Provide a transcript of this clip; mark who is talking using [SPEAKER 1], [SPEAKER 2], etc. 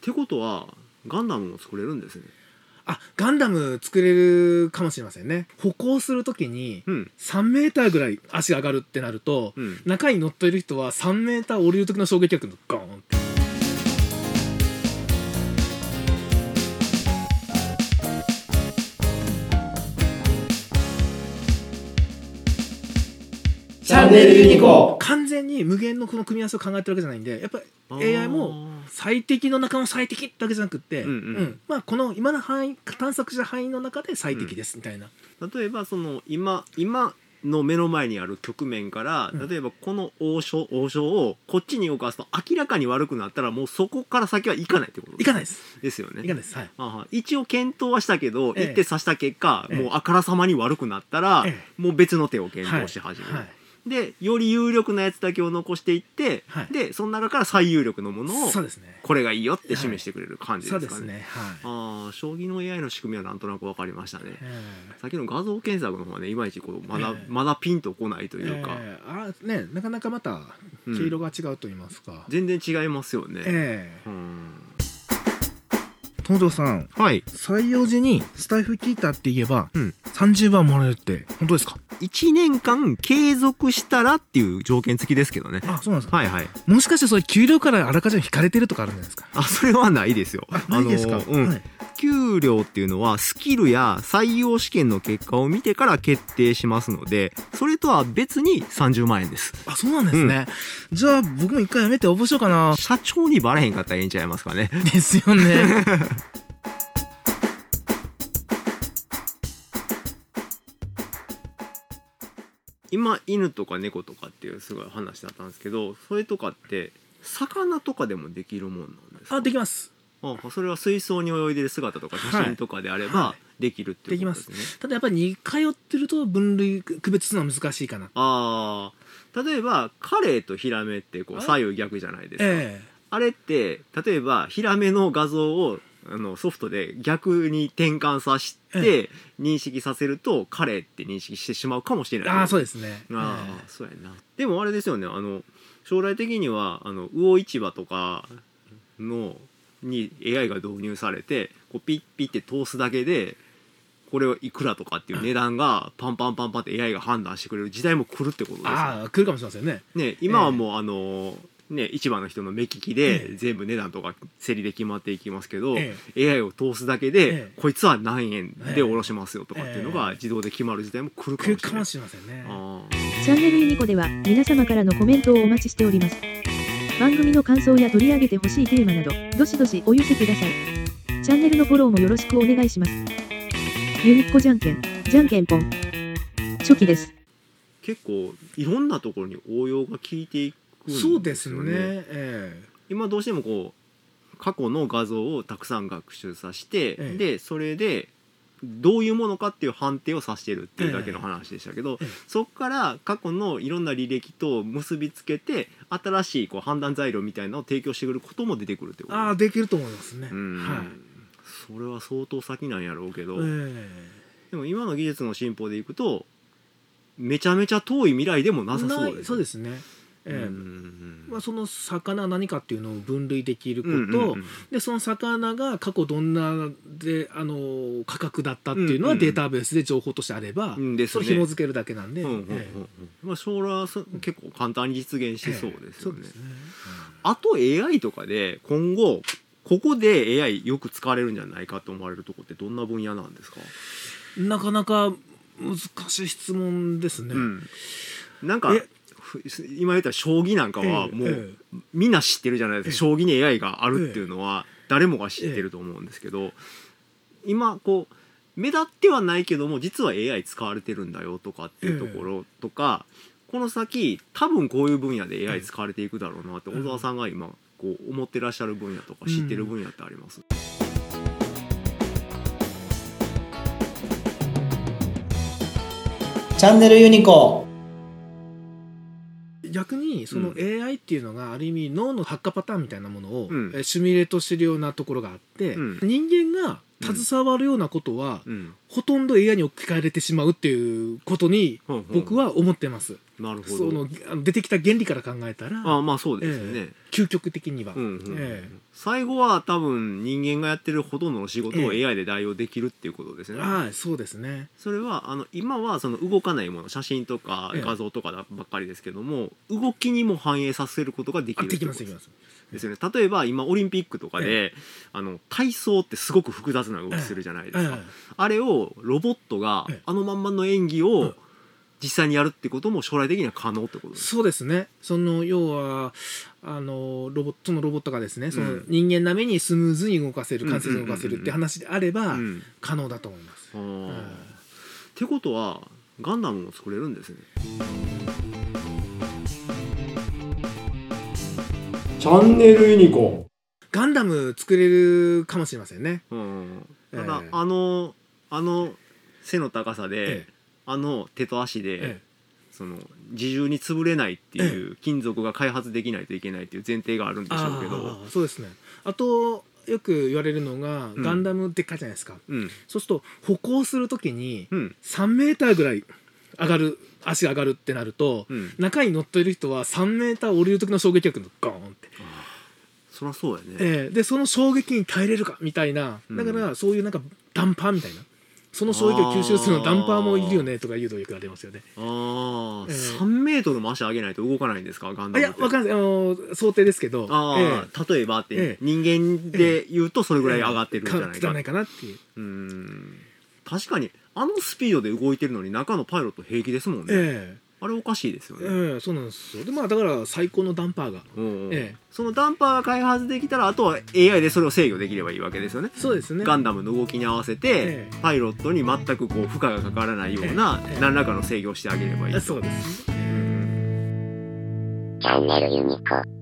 [SPEAKER 1] てことはガンダムも作れるんですね
[SPEAKER 2] あガンダム作れるかもしれませんね歩行する時に
[SPEAKER 1] うん
[SPEAKER 2] 3メーターぐらい足が上がるってなると、
[SPEAKER 1] うん
[SPEAKER 2] 中に乗っている人は3メーター降りる時の衝撃力のガーンって
[SPEAKER 3] チャンネルユニコ
[SPEAKER 2] 完全に無限のこの組み合わせを考えてるわけじゃないんでやっぱり AI も最適の中の最適ってわけじゃなくって、
[SPEAKER 1] うんうん
[SPEAKER 2] まあこの今の範囲探索した範囲の中で最適ですみたいな、
[SPEAKER 1] あー例えばその今今の目の前にある局面から
[SPEAKER 2] うん
[SPEAKER 1] 例えばこの王将王将をこっちに動かすと明らかに悪くなったらもうそこから先はいかないってこと
[SPEAKER 2] いかないです
[SPEAKER 1] ですよ
[SPEAKER 2] いか
[SPEAKER 1] ね
[SPEAKER 2] ないですはい
[SPEAKER 1] あは一応検討はしたけど、
[SPEAKER 2] ええ
[SPEAKER 1] 一手指した結果、
[SPEAKER 2] ええ
[SPEAKER 1] もうあからさまに悪くなったら、
[SPEAKER 2] え
[SPEAKER 1] もう別の手を検討し始める、
[SPEAKER 2] はい
[SPEAKER 1] でより有力なやつだけを残していって、
[SPEAKER 2] はい
[SPEAKER 1] でその中から最有力のものを
[SPEAKER 2] そうですね
[SPEAKER 1] これがいいよって示してくれる感じ
[SPEAKER 2] そ
[SPEAKER 1] で
[SPEAKER 2] う
[SPEAKER 1] すか
[SPEAKER 2] です
[SPEAKER 1] ね。
[SPEAKER 2] ねはい、
[SPEAKER 1] ああ将棋の AI の仕組みはなんとなく分かりましたね。
[SPEAKER 2] えー
[SPEAKER 1] さっきの画像検索の方はねいまいちこうまだ、
[SPEAKER 2] ええ
[SPEAKER 1] まだピンとこないというか、
[SPEAKER 2] えーあね、なかなかまた
[SPEAKER 1] うん
[SPEAKER 2] 毛色が違うと言いますか、
[SPEAKER 1] 全然違いますよね。
[SPEAKER 2] え
[SPEAKER 1] うん
[SPEAKER 2] え東條さん
[SPEAKER 1] はい
[SPEAKER 2] 採用時にスタイフ聞いたって言えば、
[SPEAKER 1] うん
[SPEAKER 2] 30番もらえるって本当ですか
[SPEAKER 1] 1年間継続したらっていう条件付きですけどね。
[SPEAKER 2] あそうなんですか
[SPEAKER 1] はいはい
[SPEAKER 2] もしかしてそれ給料からあらかじめ引かれてるとかあるんじゃないですか
[SPEAKER 1] あそれはないですよ。
[SPEAKER 2] ないですか、
[SPEAKER 1] あのうん
[SPEAKER 2] はい
[SPEAKER 1] 給料っていうのはスキルや採用試験の結果を見てから決定しますのでそれとは別に30万円です
[SPEAKER 2] あそうなんですね、じゃあ僕も一回やめて応募しようかな
[SPEAKER 1] 社長にバレへんかったらええんちゃいますかね
[SPEAKER 2] ですよ ね
[SPEAKER 1] 今犬とか猫とかっていうすごい話だったんですけどそれとかって魚とかでもできるもんなんですか
[SPEAKER 2] あできます
[SPEAKER 1] あそれは水槽に泳いでる姿とか写真とかであれば
[SPEAKER 2] は
[SPEAKER 1] できるっていうことですね、
[SPEAKER 2] ただやっぱり2回寄ってると分類区別するのは難しいかな
[SPEAKER 1] ああ例えばカレイとヒラメってこう左右逆じゃないですか、
[SPEAKER 2] え
[SPEAKER 1] あれって例えばヒラメの画像をあのソフトで逆に転換させ
[SPEAKER 2] え
[SPEAKER 1] て認識させるとカレーって認識してしまうかもしれ
[SPEAKER 2] え
[SPEAKER 1] ない
[SPEAKER 2] ああそううですね
[SPEAKER 1] あー
[SPEAKER 2] ええ
[SPEAKER 1] そうやなでもあれですよねあの将来的にはあの魚市場とかのに AI が導入されてこうピッピッて通すだけでこれはいくらとかっていう値段がパンパンパンパンって AI が判断してくれる時代も来るってことですよね
[SPEAKER 2] ああ来るかもしれませんね
[SPEAKER 1] ね、今はもう、あのね市場の人の目利き
[SPEAKER 2] え
[SPEAKER 1] で
[SPEAKER 2] え
[SPEAKER 1] 全部値段とか競りで決まっていきますけど、
[SPEAKER 2] え
[SPEAKER 1] AI を通すだけで、
[SPEAKER 2] ええ
[SPEAKER 1] こいつは何円
[SPEAKER 2] ええ
[SPEAKER 1] でおろしますよとかっていうのが自動で決まる時代も来るか
[SPEAKER 2] 来
[SPEAKER 1] も
[SPEAKER 2] る
[SPEAKER 1] しれ
[SPEAKER 2] か
[SPEAKER 1] ない
[SPEAKER 2] も。しれませんね
[SPEAKER 1] あ
[SPEAKER 3] チャンネルユニコでは皆様からのコメントをお待ちしております番組の感想や取り上げてほしいテーマなどどしどしお寄せくださいチャンネルのフォローもよろしくお願いしますユニコじゃんけんじゃんけんぽん初期です
[SPEAKER 1] ー結構いろんなところに応用が効いていくんですよね
[SPEAKER 2] そうですねえ
[SPEAKER 1] 今どうしてもこう過去の画像をたくさん学習させて、
[SPEAKER 2] ええ
[SPEAKER 1] でそれでどういうものかっていう判定をさせてるっていうだけの話でしたけど、
[SPEAKER 2] ええ
[SPEAKER 1] そこから過去のいろんな履歴と結びつけて新しいこう判断材料みたいなのを提供してくることも出てくるって
[SPEAKER 2] え
[SPEAKER 1] こと
[SPEAKER 2] ああできると思いますね
[SPEAKER 1] うん、
[SPEAKER 2] はい
[SPEAKER 1] それは相当先なんやろうけど、
[SPEAKER 2] え
[SPEAKER 1] でも今の技術の進歩でいくとめちゃめちゃ遠い未来でも
[SPEAKER 2] え
[SPEAKER 1] なさそうです、
[SPEAKER 2] な
[SPEAKER 1] ね、
[SPEAKER 2] いそうですねええ
[SPEAKER 1] うん
[SPEAKER 2] まあ、その魚は何かっていうのを分類できるこ
[SPEAKER 1] うんうん
[SPEAKER 2] と、
[SPEAKER 1] うん
[SPEAKER 2] でその魚が過去どんなであのー価格だったっていうの
[SPEAKER 1] う
[SPEAKER 2] は
[SPEAKER 1] んうんうん
[SPEAKER 2] データベースで情報としてあれば、
[SPEAKER 1] うんです
[SPEAKER 2] そ
[SPEAKER 1] ね
[SPEAKER 2] れ紐付けるだけなんで、
[SPEAKER 1] うんうんうんう
[SPEAKER 2] ええ
[SPEAKER 1] んまあ、将来はそ結構簡単に実現しそうですよね。
[SPEAKER 2] ええそう
[SPEAKER 1] あと AI とかで今後ここで AI よく使われるんじゃないかと思われるとこってどんな分野なんですか、
[SPEAKER 2] うんなかなか難しい質問ですね。
[SPEAKER 1] うん、なんか
[SPEAKER 2] え
[SPEAKER 1] ふ今言ったら将棋なんか
[SPEAKER 2] ええ
[SPEAKER 1] はも
[SPEAKER 2] え
[SPEAKER 1] うみんな知ってるじゃないですか、将棋に AI があるっていうのは誰もが知ってると思うんですけど、今こう目立ってはないけども実は AI 使われてるんだよとかっていうところとか、この先多分こういう分野で AI 使われていくだろうなって
[SPEAKER 2] うん
[SPEAKER 1] 小沢さんが今こう思ってらっしゃる分野とか知ってる分野ってあります、
[SPEAKER 3] チャンネルユニコ
[SPEAKER 2] え逆にその
[SPEAKER 1] う
[SPEAKER 2] AI っていうのがある意味脳の発火パターンみたいなものを、
[SPEAKER 1] うん
[SPEAKER 2] えーシミュレートしてるようなところがあって、
[SPEAKER 1] うん
[SPEAKER 2] 人間が携わるようなことは、
[SPEAKER 1] うん
[SPEAKER 2] ほとんど AI に置き換えれてしまうっていうことに
[SPEAKER 1] ほうほう
[SPEAKER 2] 僕は思ってます。
[SPEAKER 1] なるほ
[SPEAKER 2] その
[SPEAKER 1] ど
[SPEAKER 2] あの出てきた原理から考えたら、
[SPEAKER 1] あまあそうですよ
[SPEAKER 2] え
[SPEAKER 1] ね、
[SPEAKER 2] え究極的には、
[SPEAKER 1] うんうん
[SPEAKER 2] ええ
[SPEAKER 1] 最後は多分人間がやってるほとんどの仕事を
[SPEAKER 2] え
[SPEAKER 1] AI で代用できるっていうことですね、
[SPEAKER 2] はいそうですね
[SPEAKER 1] それはあの今はその動かないもの写真とか
[SPEAKER 2] ええ
[SPEAKER 1] 画像とかばっかりですけども、動きにも反映させることができ
[SPEAKER 2] あ
[SPEAKER 1] る
[SPEAKER 2] できますでき
[SPEAKER 1] ってこ
[SPEAKER 2] ます
[SPEAKER 1] とですよね例えば今オリンピックとかで、あの体操ってすごく複雑な動きするじゃないですか、
[SPEAKER 2] え
[SPEAKER 1] あれをロボットが
[SPEAKER 2] ええ
[SPEAKER 1] あのまんまの演技
[SPEAKER 2] う
[SPEAKER 1] を
[SPEAKER 2] ん
[SPEAKER 1] 実際にやるってことも将来的には可能ってことで
[SPEAKER 2] え
[SPEAKER 1] す
[SPEAKER 2] そうですねその要はあのロボットのロボットがですねその
[SPEAKER 1] うん
[SPEAKER 2] 人間並みにスムーズに動かせる関節を動かせるって話であれば、
[SPEAKER 1] か、うん
[SPEAKER 2] 可能だと思います
[SPEAKER 1] あー
[SPEAKER 2] え
[SPEAKER 1] ってことはガンダムも作れるんですね
[SPEAKER 4] チャンネルユニコーン。
[SPEAKER 2] ガンダム作れるかもしれませんね
[SPEAKER 1] うん
[SPEAKER 2] ええ
[SPEAKER 1] ただ、あのあの背の高さで、
[SPEAKER 2] え
[SPEAKER 1] あの手と足で、
[SPEAKER 2] え
[SPEAKER 1] その自重に潰れないっていう、金属が開発できないといけないっていう前提があるんでしょうけど、
[SPEAKER 2] あーそうですねあとよく言われるのが、
[SPEAKER 1] うん
[SPEAKER 2] ガンダムでっかいじゃないですか
[SPEAKER 1] うん
[SPEAKER 2] そうすると歩行するときに
[SPEAKER 1] うん
[SPEAKER 2] 3メーターぐらい上がる足が上がるってなると、
[SPEAKER 1] うん、
[SPEAKER 2] 中に乗っている人は3メーター降りる時の衝撃力のゴーンって、
[SPEAKER 1] そりゃそうやね、
[SPEAKER 2] えーでその衝撃に耐えれるかみたいな
[SPEAKER 1] うん
[SPEAKER 2] だからそういうなんかダンパーみたいなその衝撃を吸収するのダンパーもいるよねとかいうとよくありますよね
[SPEAKER 1] ああ、
[SPEAKER 2] ええ
[SPEAKER 1] 3メートルも足上げないと動かないんですかガンダ
[SPEAKER 2] あ
[SPEAKER 1] ム
[SPEAKER 2] いやわかんないあのー想定ですけど
[SPEAKER 1] ああ、例えばって、
[SPEAKER 2] ええ
[SPEAKER 1] 人間で言うとそれぐらい上がってるんじゃない
[SPEAKER 2] か
[SPEAKER 1] か,、
[SPEAKER 2] ないかなっていう、
[SPEAKER 1] うん確かにあのスピードで動いてるのに中のパイロット平気ですもんね、
[SPEAKER 2] え
[SPEAKER 1] あれおかしいですよ
[SPEAKER 2] ええ
[SPEAKER 1] ね、
[SPEAKER 2] えそうなんですよでまあだから最高のダンパーが
[SPEAKER 1] うんうん
[SPEAKER 2] ええ
[SPEAKER 1] そのダンパーが開発できたらあとは AI でそれを制御できればいいわけですよね
[SPEAKER 2] そうですね
[SPEAKER 1] ガンダムの動きに合わせて、
[SPEAKER 2] ええ
[SPEAKER 1] パイロットに全くこう負荷がかからないような、
[SPEAKER 2] ええ
[SPEAKER 1] 何らかの制御をしてあげればいいと
[SPEAKER 2] そうですね
[SPEAKER 5] チャンネルユニコ。